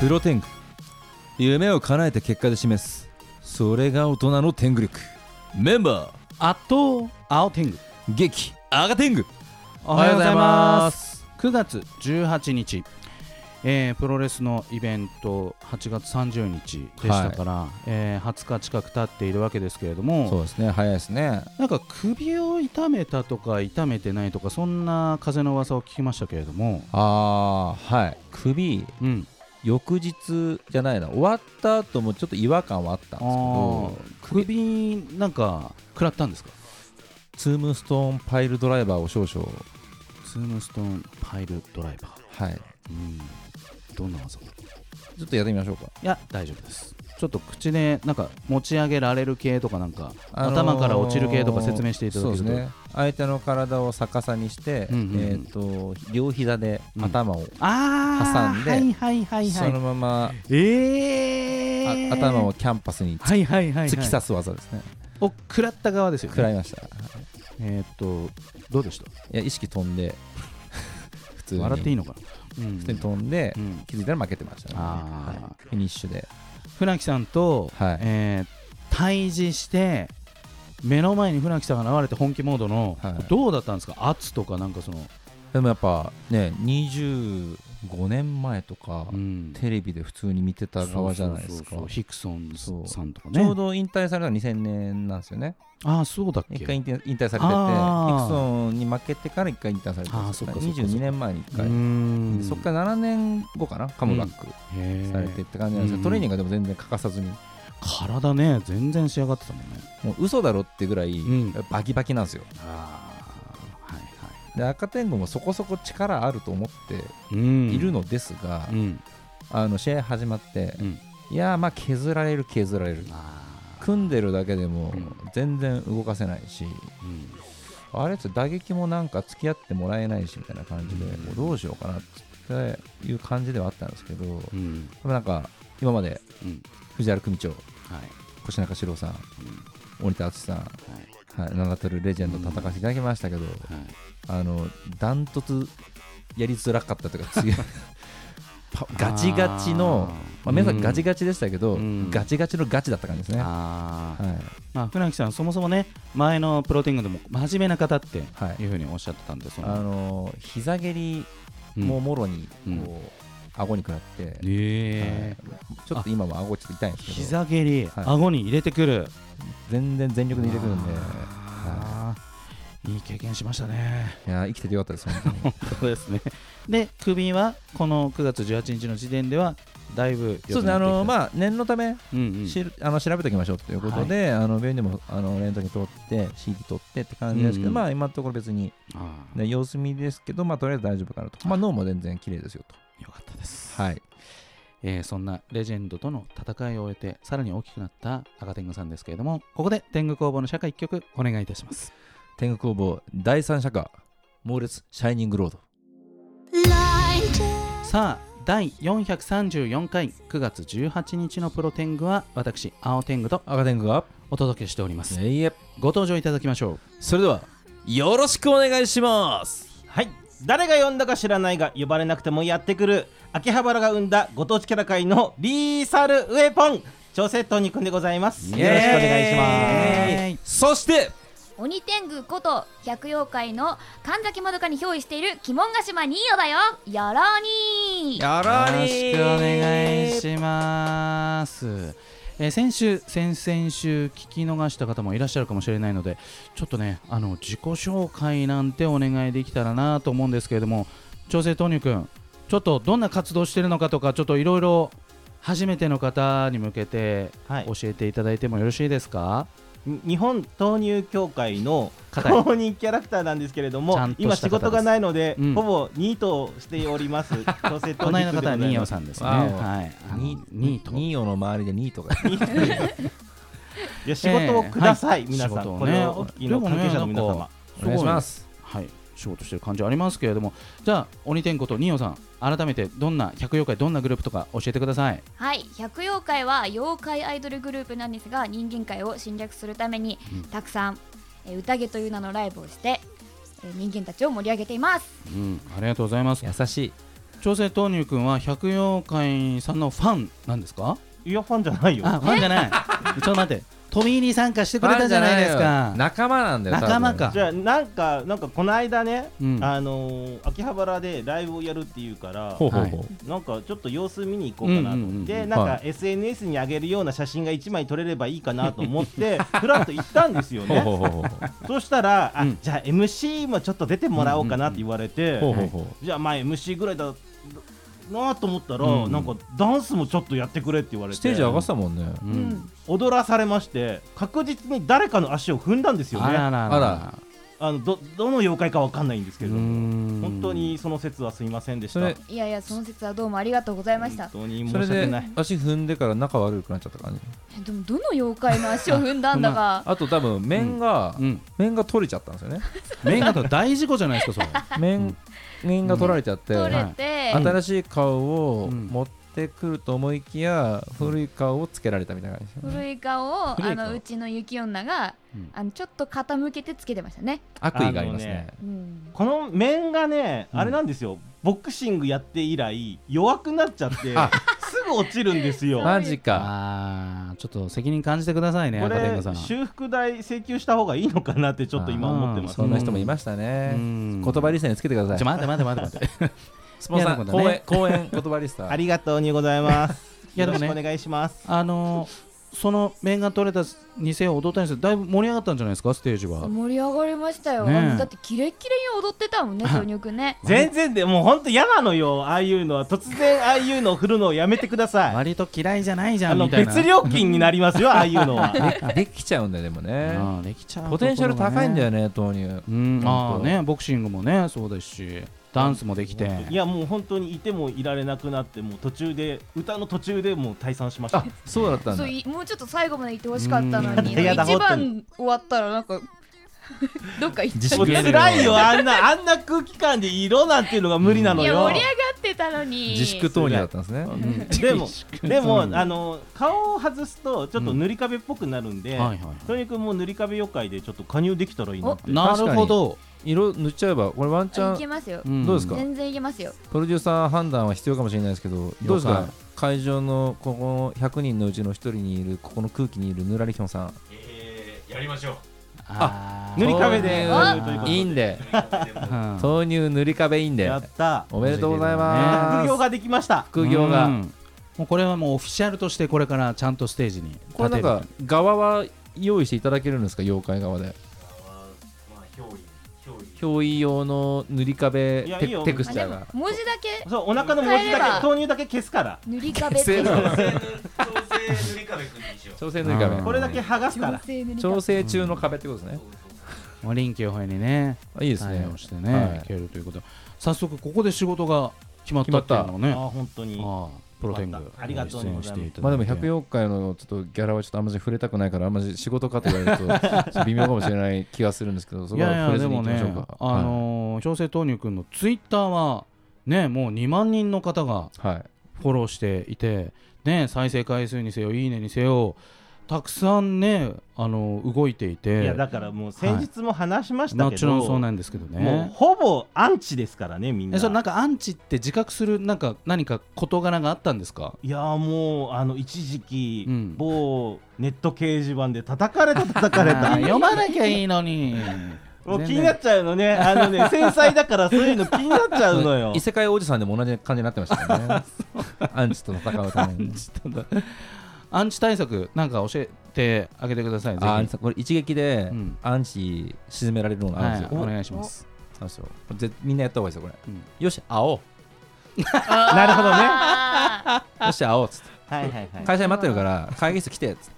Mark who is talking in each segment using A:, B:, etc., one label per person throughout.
A: プロテング夢を叶えて結果で示すそれが大人の天狗力メンバー
B: あと青天狗
A: 激アガテング
B: お
A: はようございます
B: 9月18日、えープロレスのイベント8月30日でしたから、えー20日近く経っているわけですけれ
A: そ
B: ど
A: う
B: も
A: ですね早いですね
B: なんか首を痛めたとか痛めてないとかそんな風の噂を聞きましたけれども、
A: ああはい首
B: うん、
A: 翌日じゃないな終わった後もちょっと違和感はあったん
B: あ
A: ですけ
B: ー
A: ど
B: 首なんか食らったんですか
A: ツームストーンパイルドライバーを少々
B: ツームストーンパイルドライバー、
A: はい
B: うん、どんな技い
A: ちょっとやってみましょうか
B: や大丈夫ですちょっと口でなんか持ち上げられる系とかなんか、
A: あのー
B: 頭から落ちる系とか説明していただける
A: そ
B: と
A: うですね相手の体を逆さにして、
B: うんうんうん
A: えー、と両膝で
B: うん
A: 頭を、
B: あー
A: 挟んで
B: はいはいはいは
A: そ
B: い
A: のまま、
B: え
A: あ
B: ー、
A: 頭をキャンパスに
B: はいはいはい、はい、
A: 突き刺す技ですね、
B: を食らった側ですよ
A: 食ら
B: ね
A: いましたい
B: えーっとどうでした
A: や意識飛んで 普通に
B: 笑っていいのかな、うん
A: 普通に飛んで、
B: うん
A: 気づいたら負けてましたね、
B: あー
A: はいフィニッシュで
B: 船木さんと、
A: はい
B: えー対峙して目の前に船木さんが現れて本気モードの、
A: はい
B: どうだったんですか圧とかなんかその、
A: でもやっぱね25年前とか、
B: うん
A: テレビで普通に見てた側じゃないですか
B: そうそうそうヒクソンさんとか
A: ちょう
B: ね
A: ど引退されたのが2000年なんですよね
B: ああそうだっ
A: 一
B: け
A: 回引退引退されてて、
B: あー
A: エクソンに負けてから一回引退されて
B: あー
A: ます
B: そっかそっかそっか
A: 22年前に一
B: う
A: 回、
B: ーん
A: そっから7年後かな、カムバック
B: へー
A: されてって感じなんですけど、
B: うん
A: トレーニングはでも全然欠かさずに、
B: 体ね全然仕上がってたもんね
A: もう嘘だろってぐらい
B: うん
A: バキバキなんですよ。
B: ああはいは
A: で、赤天狗もそこそこ力あると思っ
B: いうん
A: ているのですが
B: う、ん
A: あの試合始まって、
B: うん
A: いやー、まあ削られる、削られる。
B: あ
A: 組んでるだけでも
B: うん
A: 全然動かせないし、
B: ーうん
A: あれって打撃もなんか付き合ってもらえないしみたいな感じで、
B: うん
A: もうどうしようかなっていう感じではあったんですけど、で
B: うん
A: もなんか今まで
B: うん
A: 藤原組長、
B: はい
A: 越中史郎さん、森田敦さん、
B: はい
A: はい、名だたるレジェンドと戦わせていただきましたけど、
B: はい
A: あのダントツやりづらかったというか、 強いパガチガチの、ま
B: あ
A: あ、
B: ー
A: 皆さんガチガチでしたけど、
B: うん
A: ガチガチのガチだった感じですね。は
B: あ
A: い
B: ーまあ船木さんそもそもね前のプロテイングでも真面目な方って
A: はい
B: いうふうにおっしゃってたんでそ
A: あ
B: の
A: の膝蹴り
B: うん
A: ももろにこう、
B: うん
A: 顎に食らって、
B: えー
A: はいちょっと今も顎ちょっと痛いんですけど
B: 膝蹴り、
A: はい
B: 顎に入れてくる
A: 全然全力で入れてくるんで、
B: あーいい経験しましたね。
A: いやー生きててよかったです、 本当に
B: そうですね。で、首はこの9月18日の時点ではだいぶ
A: そうですね、あの
B: あ、
A: まあ、念のため、
B: うんうん、
A: しあの調べておきましょうということで、あの病院でもあのレントゲン取って、CD 取ってって感じなんですけど、
B: うんうん
A: まあ、今のところ別に、
B: あー
A: ね、様子見ですけど、まあ、とりあえず大丈夫かなと、まあ、脳も全然綺麗ですよと。
B: よかったです。
A: はい、
B: えーそんなレジェンドとの戦いを終えてさらに大きくなった赤天狗さんですけれども、ここで天狗工房の社会一曲お願いいたします。
A: 天狗工房第三社歌猛烈シャイニングロード。
B: さあ。第434回9月18日のプロ天狗は私青天狗と
A: 赤天狗が
B: お届けしております
A: いえ
B: ご登場いただきましょう
A: それではよろしくお願いします
C: はい誰が呼んだか知らないが呼ばれなくてもやってくる秋葉原が生んだご当地キャラ界のリーサルウェポン調整トニくんでございますよろしくお願いします
B: はい
A: そして
D: 鬼天狗こと百妖怪の神崎まどかに憑依している鬼門ヶ島ニーヨだよよろーに
A: よ
B: よろしくお願いします。えー先週、先々週聞き逃した方もいらっしゃるかもしれないので、ちょっとね、あの自己紹介なんてお願いできたらなと思うんですけれども、調整豆乳くん、ちょっとどんな活動してるのかとか、ちょっといろいろ初めての方に向けて
C: はい
B: 教えていただいてもよろしいですか？
C: に日本豆乳協会の
B: 方や
C: 公認キャラクターなんですけれど
B: ち
C: も
B: ゃんとした方で
C: 今
B: す
C: 仕事がないので、
B: うん
C: ほぼニートをしております 調整
B: こ
C: ト
B: の
C: ニ
B: 間
C: く
B: の方
C: んでござ
B: はいニーヨ
C: ます
B: さんですね。
A: わお
B: はい、あの
A: ニ
B: ニー
A: ニ
B: ト
A: ーヨの周りでニートが
C: いや仕事をください、
B: ええ
C: 皆さん、
B: はい仕事をね
C: これをお聞きの関係者の皆
B: でもねなん
C: 様
B: か
A: お願いします
B: はい、仕事してる感じありますけれども、じゃあ、鬼天狗とニオさん、改めてどんな百妖怪、どんなグループとか教えてください。
D: はい百妖怪は妖怪アイドルグループなんですが人間界を侵略するために
B: うん
D: たくさん、えー宴という名のライブをして、えー人間たちを盛り上げています
B: うん、ありがとうございます。
A: 優しい
B: 調整豆乳くんは百妖怪さんのファンなんですか
C: いやファンじゃないよ
B: あファンじゃないちょっと待ってトミーに参加してくれたじゃないですか
E: 仲間なんだよ多分
B: 仲間か
C: じゃあなんかなんかこの間ね、
B: うん
C: あのー秋葉原でライブをやるっていうから
A: ほうほうほう、
C: なんかちょっと様子見に行こうかなと思って、
B: うんうんうんうん
C: なん
A: は
C: か SNS に上げるような写真が1枚撮れればいいかなと思ってふらっと行ったんですよ
A: ほう
C: ね
A: ほうほうほう
C: そしたらあ、
B: うん
C: じゃあ MC もちょっと出てもらおうかなって言われて、
A: ほうほうほう
C: じゃあまあ MC ぐらいだなと思ったら、
B: うん
C: なんかダンスもちょっとやってくれって言われて
A: ステージ上がってたもんね
B: う
D: うんん、
C: 踊らされまして確実に誰かの足を踏んだんですよ
B: あら
C: ね
B: ら
A: あ
B: ら
A: ら
C: あのどどの妖怪かわかんないんですけれども本
B: 本
C: 当にその説はすみませんでした
A: それ
D: いやいやその説はどうもありがとうございました
C: 本当に
A: そ
C: 申
A: れ
C: し訳
A: で
C: ない
A: 足踏んでから仲悪くなっちゃった感じ
D: えでもどの妖怪の足を踏んだん だか
A: あと多分面が
B: うん
A: 面が取れちゃったんですよね
B: メンガと大事故じゃないですかそれ
A: 面面が取られちゃって
D: 取れて、
B: あ
A: 新しい顔を
B: うん
A: 持ってくると思いきや古い顔をつけられたみたいな感じですよね
D: 古い顔を
A: 古い
D: あ
A: 顔
D: のうちの雪女が、
B: うん
D: あのちょっと傾けてつけてましたね。
A: 悪意がありますね
D: うん、
C: この面がね
B: うん
C: あれなんですよボクシングやって以来弱くなっちゃって
A: あ
C: すぐ落ちるんですよ
A: マジか
B: あーちょっと責任感じてくださいね
C: こ
B: 赤レン
C: れ
B: ガさん
C: 修復代請求した方がいいのかなってちょっと今思ってます
A: そんな人もいましたね
B: うん
A: 言葉リストにつけてくだ
B: ち
A: さい
B: ょ待って待って待って待って
A: スポンサー
B: いやなんかね
A: 公演公演言葉リスト
C: ありがとうにございます
B: いや
C: よ
B: でも
C: ろし
B: ね
C: くお願いします
B: あのーその面が取れたにせよ踊ったにせよだいぶ盛り上がったんじゃないですかステージは
D: 盛り上がりましたよ、
B: ねえ
D: あのだってキレッキレに踊ってたもんね豆乳くんね
C: 全然でもうほんと嫌なのよああいうのは突然ああいうのを振るのをやめてください
B: 割と嫌いじゃないじゃ
C: あ
B: ん
C: の
B: みたいな
C: 別料金にな りますよああいうのは
A: でできちゃうんだよでもね
B: うんできちゃう
A: ポテンシャル高いんだよ
B: ね
A: ね豆乳
B: うんああ
A: 本当
B: ねボクシングもねそうですしダンスもできて
C: いやもう本当にいてもいられなくなってもう途中で歌の途中でもう退散しました
A: あそうだったん
D: そ
A: だ
D: ういもうちょっと最後まで行ってほしかったのに
C: うん
D: 一
C: やだ
D: 番終わったらなんか どっか行っちゃ
C: も
D: っ
C: う辛いよあんなあんな空気感で色なんていうのが無理な
D: た
C: の
D: いや
C: よ
D: 盛り上がってたのに
A: 自粛豆乳だったんですね
B: うん
C: でもでもあ
B: の
C: の顔を外すとちょっと塗り壁っぽくなるんで、
B: はいはいはい
C: とにかくもう塗り壁妖怪でちょっと加入できたらいいなって
B: なるほど
A: 色塗っちゃえばこれワンチャ
D: あい
A: ン
D: けますよ
B: ん
A: どうですか
D: 全然いけますよ
A: プロデューサー判断は必要かもしれないですけどどうです
B: 了
A: か
B: 解
A: 会場のここの100人のうちの1人にいるここの空気にいるぬらりひょんさん
B: あー
C: 塗り壁で
A: そう
C: 加
D: あ
C: 入ということで
A: いいんで
B: うん
A: 豆乳塗り壁いいんで
C: やった
A: おめでとうござい
C: 副
A: ま
C: 業
A: す
C: ができました
A: 副業が
B: うんもうこれはもうオフィシャルとしてこれからちゃんとステージに立てる
A: これなんか側は用意していただけるんですか妖怪側で憑依用の塗り壁
C: いや
A: テ
C: いいよ
A: テクス
D: あ
A: チ
D: で
A: ャー
D: も
A: が
D: 文字だけ
C: そうお腹の文字だ
D: 変えれば
C: け豆乳だけ消すから
D: 塗り壁っていう
A: 消
D: 女
A: 調整塗り壁
B: うん
C: これだけ剥がすから
D: 性塗り
A: 調
D: 壁
A: 整中の壁ってことですね
B: もう臨機応変にね
A: あいいです
B: 対
A: ね
B: 応して
A: はい
B: ねいけるということで早速ここで仕事が決まったっていうのを
C: あ
B: ねあ
C: ー本当に
B: あプロテング
C: ありがとうございます
B: 出演していただいて
A: まあでも百妖怪のちょっとギャラはちょっとあんまり触れたくないからあんまり仕事かと言われるとちょ っと微妙かもしれない気がするんですけどそ
B: い
A: こは
B: や
A: 触
B: いや
A: れ
B: で
A: ずにい
B: も
A: きま
B: ね
A: しょうか
B: あのー調整豆乳くんのツイッターはねもう2万人の方が
A: はいはい
B: フォローしていてね再生回数にせよいいねにせよたくさんねあの動いていて
C: いやだからもう先日も話しました
B: も
C: け
B: ち
C: ど、
B: ろんそうなんですけど
C: も
B: ね
C: うほぼアンチですからねみんな
B: えそれなんかアンチって自覚するなんか何か事柄があったんですか
C: いやーもうあの一時期、
B: うん
C: 某ネット掲示板で叩かれた叩かれ
B: あ
C: た
B: ー読まなきゃいいのに
C: もう気になっちゃうのねあのね繊細だからそういうの気になっちゃうのよ
A: 異世界おじさんでも同じ感じになってましたから ねアンチと戦うために
B: アンチ対策なんか教えてあげてくださいぜひ
A: あアンチさんこれ一撃で
B: うん
A: アンチ沈められるのがあ
B: は
A: るん
B: い
A: ですよ、
B: お
A: あ
B: 願いします
A: るんですよこれぜみんなやった方がいいですよこれ、
B: うん
A: よし会おう
C: なるほ どねは
D: あ
A: よし会おうっつって
C: いはいはい
A: 会社に待ってるから会議室来てっつって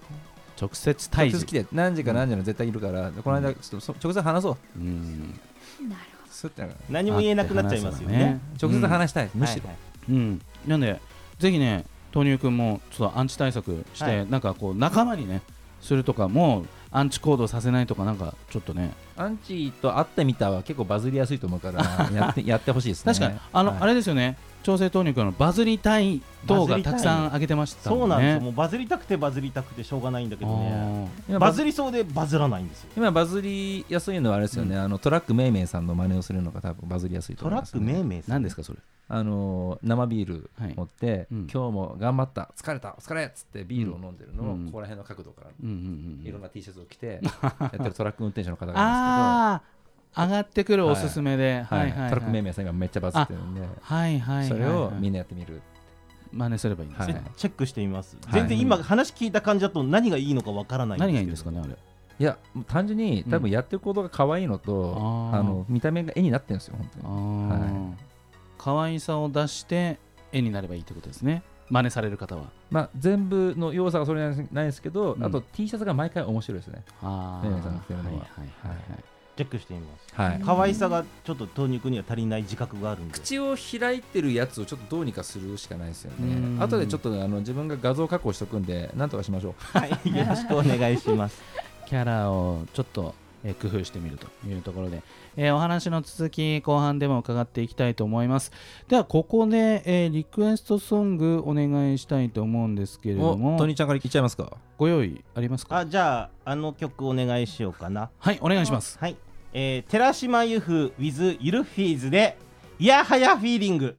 B: 直接
A: 直
B: 対
A: 接
B: 峙
A: 来て何時か何時の絶対いるから、でこの間ちょっとそ直接話そう
B: うん
D: ーなる
A: すってなんか
C: 何も言えなくなっちゃいますよね
A: 直接話したい、むしろ、
C: はいはい
B: うん、なんで、ぜひね、豆乳くんもちょっとアンチ対策して、
C: はい
B: なんかこう仲間にね、するとか、もうアンチ行動させないとか、なんかちょっとね、
A: アンチと会ってみたは結構バズりやすいと思うから やってやってほしいですね
B: 確かにあの、
A: はい
B: あれですよね調整豆乳のバズりたい動画たくさん上げてました
C: そ
B: も
C: うんなんですよ
B: ね
C: もうバズりたくてバズりたくてしょうがないんだけどね
B: あー
A: 今
C: バ
A: バズ
C: ズりそうでバズらないんですよ
A: 今バズりやすいのはあれですよね、あのトラックめいめいさんの真似をするのが多分バズりやすいと
C: ト
A: 思い
C: ラ
A: ま
C: ッ
A: すね、
C: クめいめいさん
B: 何ですかそれ
A: あのー生ビール
B: はい
A: 持って、
B: うん
A: 今日も頑張った疲れたお疲れっつってビールを飲んでるのを、
B: うん
A: ここら辺の角度から、
B: うんうん
A: いうろん
B: ん
A: な T シャツを着 てやってるトラック運転手の方がいま
B: ああ上がってくるおすすめです
A: けど、
B: はいはいはい
A: トラックめいめいさん今めっちゃバズってるんで、
B: はいはいはい
A: それをみん
B: な
A: なやってみる、
B: 真似すればいいんです
A: は
B: ね
A: い
C: チェックしてみます
A: はい
C: 全然今話聞いた感じだと何がいいのかわからない
B: 何がいいん
C: けど
B: ですかねあれ
A: いや単純に多分やってることが可愛いのと、
B: あー
A: あの見た目が絵になってるんですよ本当に
B: あー可愛さを出して絵になればいいってことですね真似される方は
A: まあ、全部の要素がそれなんですないですけど、
B: うん
A: あと T シャツが毎回面白いですね。
B: あ
A: ねえ
B: ー
A: ねえさんが着てるのは
B: はいはいはいはい
C: チェックしてみます
A: はい
D: うん
C: 可愛さがちょっと豆肉には足りない自覚が あるんで
A: 口を開いてるやつをちょっとどうにかするしかないですよ
B: う
A: ね。
B: ん
A: あとでちょっとあの自分が画像加工しとくんで、なんとかしましょ
C: はい よろしくお願いし ます
B: キャラをちょっと、えー工夫してみるというところで、えーお話の続き後半でも伺っていきたいと思いますではここで、えーリクエストソングお願いしたいと思うんですけれ
A: う。
B: ど
A: お、
B: も
A: トニーちゃんから聞いちゃいますか。
B: ご用意ありますか
C: あじゃああの曲お願いしようかな
B: はいお願いします
C: はい、えー、寺島由布 with ゆるフィーズでいやはやフィーリング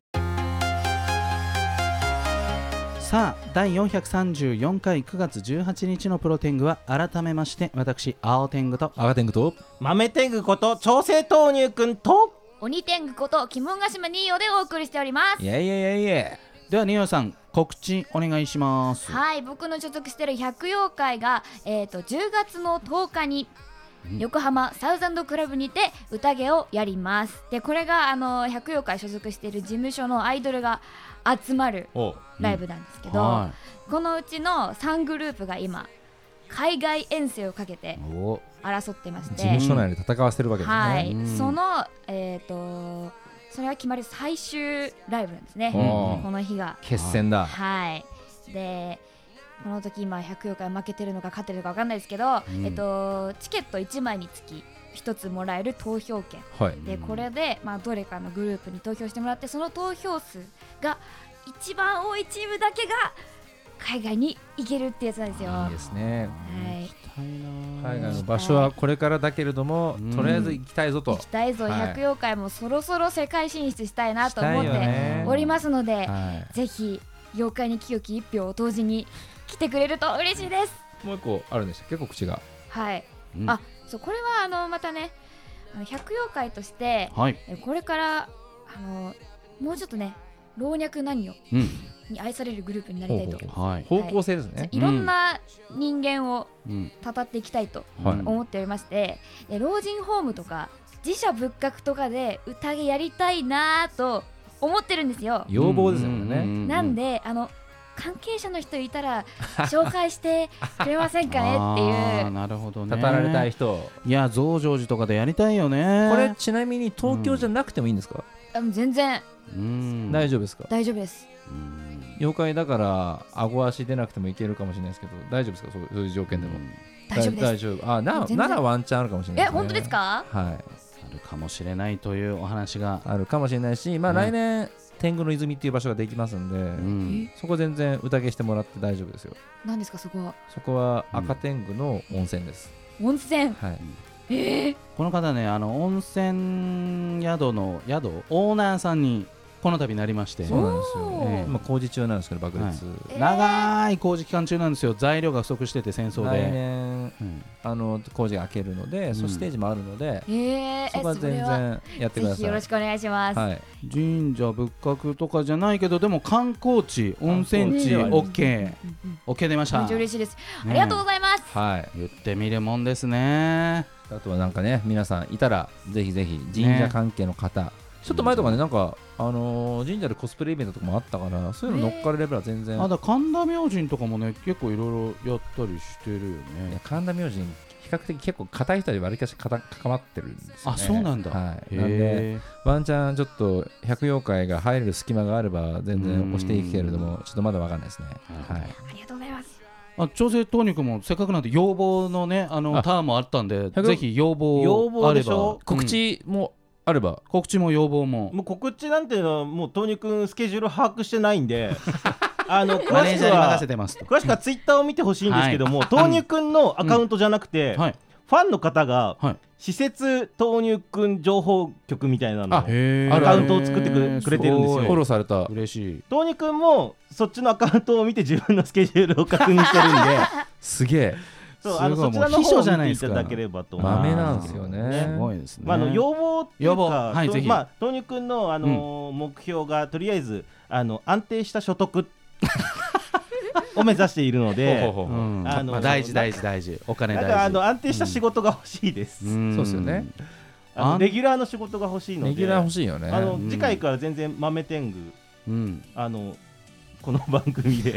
B: さあ第434回9月18日のプロテングは改めまして私青テングと
A: 赤天狗と、
C: 豆天狗こと調整豆乳くんと
D: 鬼天狗こと鬼門ヶ島ニーヨでお送りしております
A: いやいやいやいや。
B: ではニオさん告知お願いします
D: はい僕の所属してる百妖怪が、えー、と10月の10日に横浜サウザンドクラブにて宴をやりますでこれがあの百妖怪所属してる事務所のアイドルが集まる
A: お
D: ライブなんですけど、
B: は
D: このうちの3グループが今海外遠征をかけて
B: いお
D: 争ってまし
A: 事
D: て
A: 務所内で戦わせてるわけですね。
D: はい、
B: うん
D: そのえっ、とそれが決まる最終ライブなんですね
A: おー
D: この日が
A: 決戦だ。
D: はいでこの時今百0回負けてるのか勝ってるのか分かんないですけど、
B: ん
D: えっと、チケット1枚につき1つもらえる投票券
A: はい。
D: でこれで、まあ、どれかのグループに投票してもらってその投票数が一番多いチームだけが海外に行けるってやつなんですよ。
A: いいですね。
D: はい、
A: 海外の場所はこれからだけれども
B: うん、
A: とりあえず行きたいぞと
D: 行き。たいぞ、
A: はい
D: 百妖怪もそろそろ世界進出したいなと
A: した
D: 思っ
A: いよ
D: て
A: ね
D: おりますので、
A: は
D: ぜひ妖怪に清き一票を同時に来てくれると嬉しいです。
A: い。もう一個あるんでしたっけ、告知が。
D: はい、
B: うん
D: あそうこれはあのまたねあの百妖怪として
B: はい
D: えこれからあのもうちょっとね老若男女
B: うん
D: に愛されるグループになりたいと
A: ほうほ
B: はい
A: 方向性です
D: そう
A: ね。
D: いろんな人間を
B: うん
D: 語っていきたいと
A: はい
B: うん
D: 思っておりまして、で老人ホームとか自社仏閣とかで宴やりたいなぁと思ってるんですよ。
A: 要望ですもんね。
D: なんであの関係者の人いたら紹介してくれませんかねって
B: あー
D: いう
B: なるほどね
A: 語られたい人。
B: いや増上寺とかでやりたいよね
A: これちなみに東京じゃなくてもいいんですか、
D: あの全然
B: うん
A: 大丈夫ですか
D: 大丈夫です。
B: うん
A: 妖怪だから顎足出なくてもいけるかもしれないですけど大丈夫ですかそうそういう条件でも、
D: 大丈夫です
A: 大。丈夫あな
D: 全然
A: ならワンチャンあるかもしれない
D: え、
A: です、ね、
D: 本当ですか
A: はい
B: あるかもしれないというお話が、
A: あるかもしれないしまあ
B: うん
A: 来年、天狗の泉っていう場所ができますんで、
B: うん
A: そこ全然宴してもらって大丈夫ですよ
D: 何ですかそこは
A: そこは赤天狗の温泉です、
D: 温泉
A: はい
B: この方ねあの温泉宿の宿オーナーさんにこの度なりまして
A: そうなんです
D: お
A: よ、
D: ー
A: 今工事中なんですけど爆裂、
D: えー
B: 長い工事期間中なんですよ材料が不足してて戦争
A: 来
B: で、
A: 年
B: うん
A: あの工事が明けるので、そうステージもあるので、
D: えー、え
A: そこは
D: それ
A: 全
D: は
A: 然やってく
D: ぜ
A: ださ
D: ひ
A: い
D: よろしくお願いします、
A: はい
B: 神社仏閣とかじゃないけどでも観光地温泉地
A: 観
B: OKOK 出まし
D: め
B: た
D: っちゃ嬉しいです、
B: ね
D: ありがとうございます
A: はい
B: 言ってみるもんですね
A: あとはなんかね皆さんいたらぜひぜひ神社関係の方、ちょっと前とかねなんか、あのー神社でコスプレイベントとかもあったからそういうの乗っかれれば全然、
B: あだ神田明神とかもね結構いろいろやったりしてるよ
A: いや
B: ね
A: 神田明神比較的結構硬い人に割りかしかた関わってるんですよ、ね、
B: あそうなんだ
A: はい、
B: へ
A: なんで
B: え
A: ワンチャンちょっと百妖怪が入れる隙間があれば全然押していくけれどもちょっとまだわかんないですね
B: なるほど
A: はい
D: ありがとうございます
B: あ調整トーニックもせっかくなんで要望のねあの
A: あ
B: ターンもあったんで
A: 100
B: ぜひ要
C: 要
B: 望あ
C: 望
B: れ
C: でしょ
B: ば
A: 告知もあれば、
B: 告知も要望も
C: もう告知なんていうのはもうトニくんスケジュール把握してない んであの
B: マ
C: 詳
B: ネー
C: しく
B: ジャーに任
C: は
B: せてますと
C: 詳しくはツイッターを見てほしいんですけども、豆乳くんのアカウントじゃなくて、
B: はい
C: ファンの方が、
B: はい
C: 施設豆乳くん情報局みたいなのを
A: あ
B: ア
A: ア
C: カウントを作ってくれくれてるんです
A: フ
C: よ
A: ォローされた
B: 嬉しい
C: 豆乳くんもそっちのアカウントを見て自分のスケジュールを確認してるんで
A: すげえ
C: そうあ の
B: すご
C: そ
B: い
C: ち
B: も
C: ら
B: う
C: の
B: 秘
C: 方
B: 書
C: を
B: じゃない
C: 見
B: で
C: てい
B: すか
C: ただければと思います
A: 豆なんですよね
B: すごいですね
C: まあ、あの要望ってい
B: 要
C: う
B: 望
C: か、
B: はい
C: と
B: ぜひ
C: まあ、豆乳くんの、あのー目標がとりあえずあの安定した所得 を目指しているので。
A: ほうほう
B: う
A: ほうほうん
C: あの
B: まあ大事大事大事お金
C: な
B: 大
C: ん
B: 事
C: かあの安定した仕事が欲しいです、
B: ん
A: そうですよね
C: あの
B: あん
C: レギュラーの仕事が欲しいので
A: レギュラー欲しいよね
C: あの
B: うん
C: 次回から全然豆天狗
B: うん
C: あのこの番組で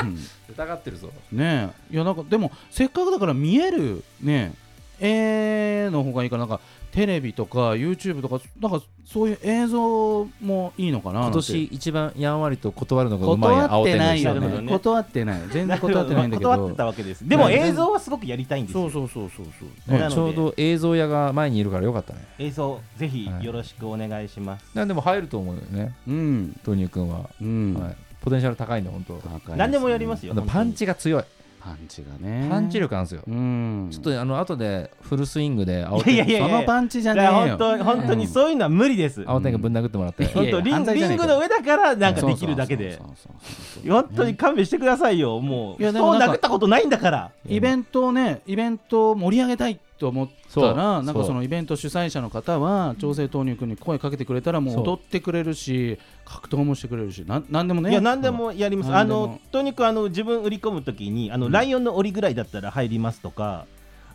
B: うん
A: 疑ってるぞ
B: ねえいやなんかでもせっかくだから見えるねえ絵の方がいいからなんかテレビとか YouTube とかなんかそういう映像もいいのかな
A: 今年一番やんわりと断るのがうまい
B: 断
A: 青
B: って
A: 天
B: な
A: 狗
B: い
A: さ
B: よ
A: ん
C: なるほ
B: ね
C: どね
B: 断ってない全然断ってないんだけ
C: 断って
B: ど
C: たわけですでも
B: ね
C: 映像はすごくやりたいんです
B: そ
C: よ
B: うそうそうそうそう
A: ね
C: なので
A: ちょうど映像屋が前にいるからよかったね
C: 映像ぜひよろしくお願いします、
A: なんでも入ると思うよね
B: うん
A: 豆乳くんは、
B: うん
A: はい、ポテンシャル高いんで本当
B: 高いすね
C: 何でもやりますよ
A: あの
C: 本当に
A: パンチが強い
B: パンチがね
A: パンチ力あるんですよ、
B: うん
A: ちょっとあの後でフルスイングで青
C: いや
A: 天
C: いやい
B: そ
C: や
B: のパンチじゃ
C: いや
B: ねえ
C: 本
B: よ
C: 当本当にそういうのは無理です、
A: 青天狗ぶん殴ってもらって、
B: い
C: 本
B: や
C: 当リ
B: 犯
C: ン
B: 罪じゃ
C: リ
B: ねえ
C: ング
B: けど
C: の上だからなんかできるだけで
B: そうそうそうそう
C: 本当に勘弁してくださいよもう
B: いや
C: 人
B: でも
C: を
B: なんか
C: 殴ったことないんだから
B: イベントをねイベントを盛り上げたいと思った
A: そう
B: らなん
A: そ
B: か
A: う
B: そのイベント主催者の方は調整豆乳くんに声かけてくれたらも
A: そう
B: う踊ってくれるし格闘もしてくれるしなんなんでもね
C: いや何でもやります、あ
B: 何でも
C: のとにかくあの自分売り込むときにあの、ライオンの檻ぐらいだったら入りますとか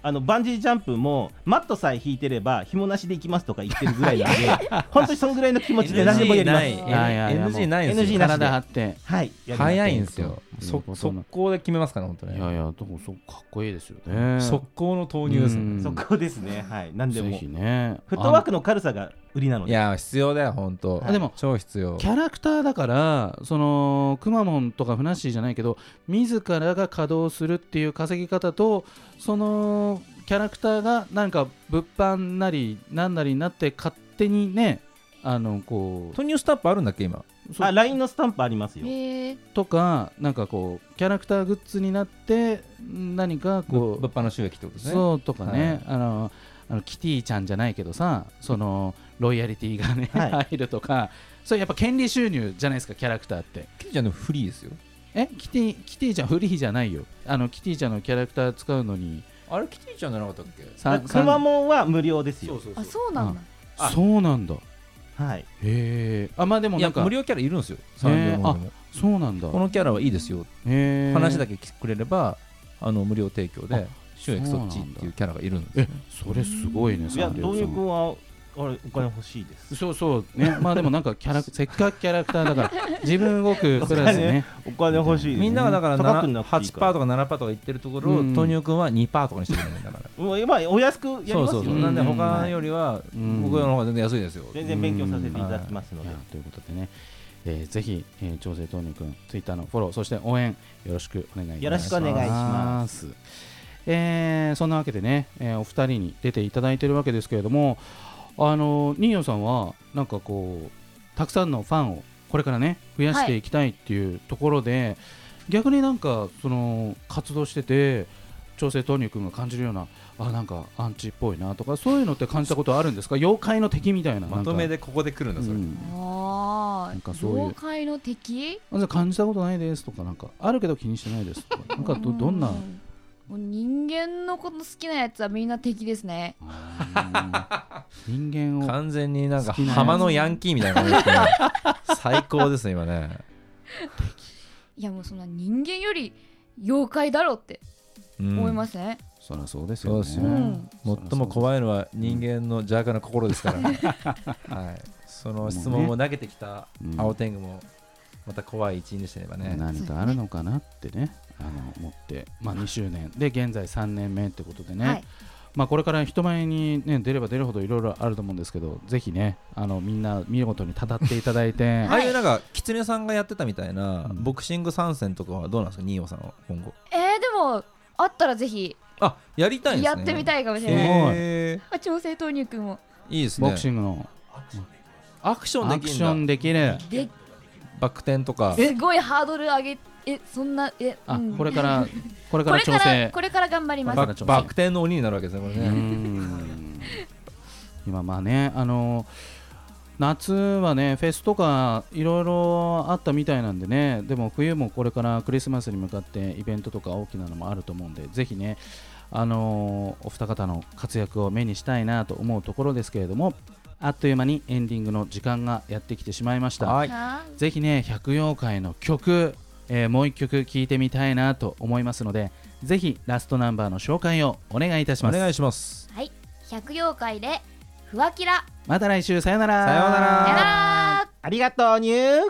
C: あのバンジージャンプもマットさえ引いてれば紐なしで行きますとか言ってるぐらいなんで本当にそのぐらいの気持ちで何でもやります
B: いやいやいやもう
A: NG ないんです
C: NG
A: よ
C: なしで
B: 体張って
C: はいやります
A: 早いんですよ
B: うん
A: そ速攻で決めますから本当
B: い
A: に
B: やいやでもそうかっこいいですよね
A: 速攻の投入ですね、
B: うん
C: そこですねはい何
B: ぜ
C: でも
B: ひね
C: フットワークの軽さが売りなの
A: い
C: で
A: や必要だよ本当
B: あでも
A: 超必要
B: キャラクターだからそのくまモンとかふなっしーじゃないけど自らが稼働するっていう稼ぎ方とそのキャラクターがなんか物販なりなんなりになって勝手にねあのこ
A: 投入スタンプあるんだっけ今
B: うそ
C: あ
B: う
C: LINE のスタンプありますよ
D: へえ
B: とかなんかこうキャラクターグッズになって何か
A: 物
B: こう
A: 販の収益ってことですね
B: そうとかね、あのあのキティちゃんじゃないけどさそのロイヤリティがね、
C: はい
B: 入るとかそれやっぱ権利収入じゃないですかキャラクターって。
A: キティちゃんでもフリーですよ
B: えキティキティちゃんフリーじゃないよあのキティちゃんのキャラクター使うのに
A: あれキティちゃんじゃなかったっけ
B: さん
C: くまモンは無料ですよ
A: そう
D: あそうなんだ
B: さんそうなんだへ
C: はい
B: えあまあでも
A: い
B: な
A: や
B: んか
A: 無料キャラいるんですよ三
B: へ
A: 両
B: ー
A: ものでも
B: そうなんだ
A: このキャラはいいですよ
B: へえ
A: 話だ
B: け
A: けくれればあの無料提供で収益そっちっていうキャラがいるんですよ
B: えそれすごいね
C: いや
B: サンリ
C: ど
B: オ
C: う
B: さ
C: いうん君はあれお金欲しいです
B: そうそうねまあでもなんかキャラクせっかくキャラクターだから自分動くプラスね
C: お金欲しいです
A: みんながだから
C: 高く
A: な
C: なくていい
A: 8%と
C: か
A: から7%とか言ってるところを
B: うん
A: 豆乳くんは2%とかにしてくれるんだから
C: もう今お安くやります
A: そう
C: よ
A: そうそう
B: ね
A: なんで他よりは
B: うん
A: 僕らの方が全然安いですよ
C: 全然勉強させていただきますの
B: い
C: で
B: やということでね、えー、ぜひ、えー、調整豆乳くんツイッターのフォローそして応援よろしくお願いいたします、
C: よろしくお願いします
B: えーそんなわけでね、えーお二人に出ていただいてるわけですけれどもあのニーヨさんはなんかこうたくさんのファンをこれからね増やしていきたいっていうところで、逆になんかその活動してて調整豆乳くんが感じるようなあなんかアンチっぽいなとかそういうのって感じたことあるんですか妖怪の敵みたいな
A: まとめ
B: で
A: でここで来るんだそれ
D: あ
B: なんか
D: あ
B: そういう
D: 妖怪の敵
B: あじゃあ感じたことないですとかなんかあるけど気にしてないですとかなんかどどんな
D: うもう人間のこと好きなやつはみんな敵ですね
B: あー人間を
A: 完全になんか
B: 好きなやつ
A: 浜のヤンキーみたいな感じ ですね最高ですね今ね
D: いやもうそんな人間より妖怪だろって思いますすね、
B: そりゃそうですよね
A: そうですよ
D: うん
A: 最も怖いのは人間の邪悪な心です からはいその質問を投げてきた
B: うん
A: 青天狗もまた怖い一員でしたねばね
B: 何かあるのかなってねあの思って、まあ、2周年で現在3年目ってことでね、
D: はい
B: まあ、これから人前に、ね、出れば出るほどいろいろあると思うんですけどぜひねあのみんな見事にたたっていただい て
A: ああいうなんか狐さんがやってたみたいな
B: うん
A: ボクシング参戦とかはどうなんですか新尾さんは今後
D: えー、もあったらぜひ
A: あやりたいんです
D: や
A: ね
D: ってみ
A: い
D: たいかもしれない。
A: へ
D: あ調整投入くんも
A: ーいいですね
B: ボクシングの
A: アクション
B: ア
A: で
B: ク
A: き
B: シ
A: る
B: ョ
A: ん
B: ン
A: だ
B: できる
D: です
A: バック転とか
D: ごいハードル上げえそんなえ
B: あ
D: うん
B: これ からこれ
D: こ
B: から
D: れ
B: 調
D: から
B: 整
D: これから頑張りま
A: バ
D: す。
A: ックバック転の鬼になるわけですねこれ
B: うー
A: ね
B: ん今まあねあの夏はねフェスとかいろいろあったみたいなんでねでも冬もこれからクリスマスに向かってイベントとか大きなのもあると思うんでぜひねあのお二方の活躍を目にしたいなと思うところですけれどもあっという間にエンディングの時間がやってきてしまいました。
A: はい
D: は
B: ぜひね、百妖怪の曲、えーもう一曲聴いてみたいなと思いますので、ぜひラストナンバーの紹介をお願いいたし
A: お
B: ます。
A: 願いします
D: いはい百妖怪でふわきら
B: また来週、さよなら。
A: さようなら
D: さよなら
C: ありがとうニュー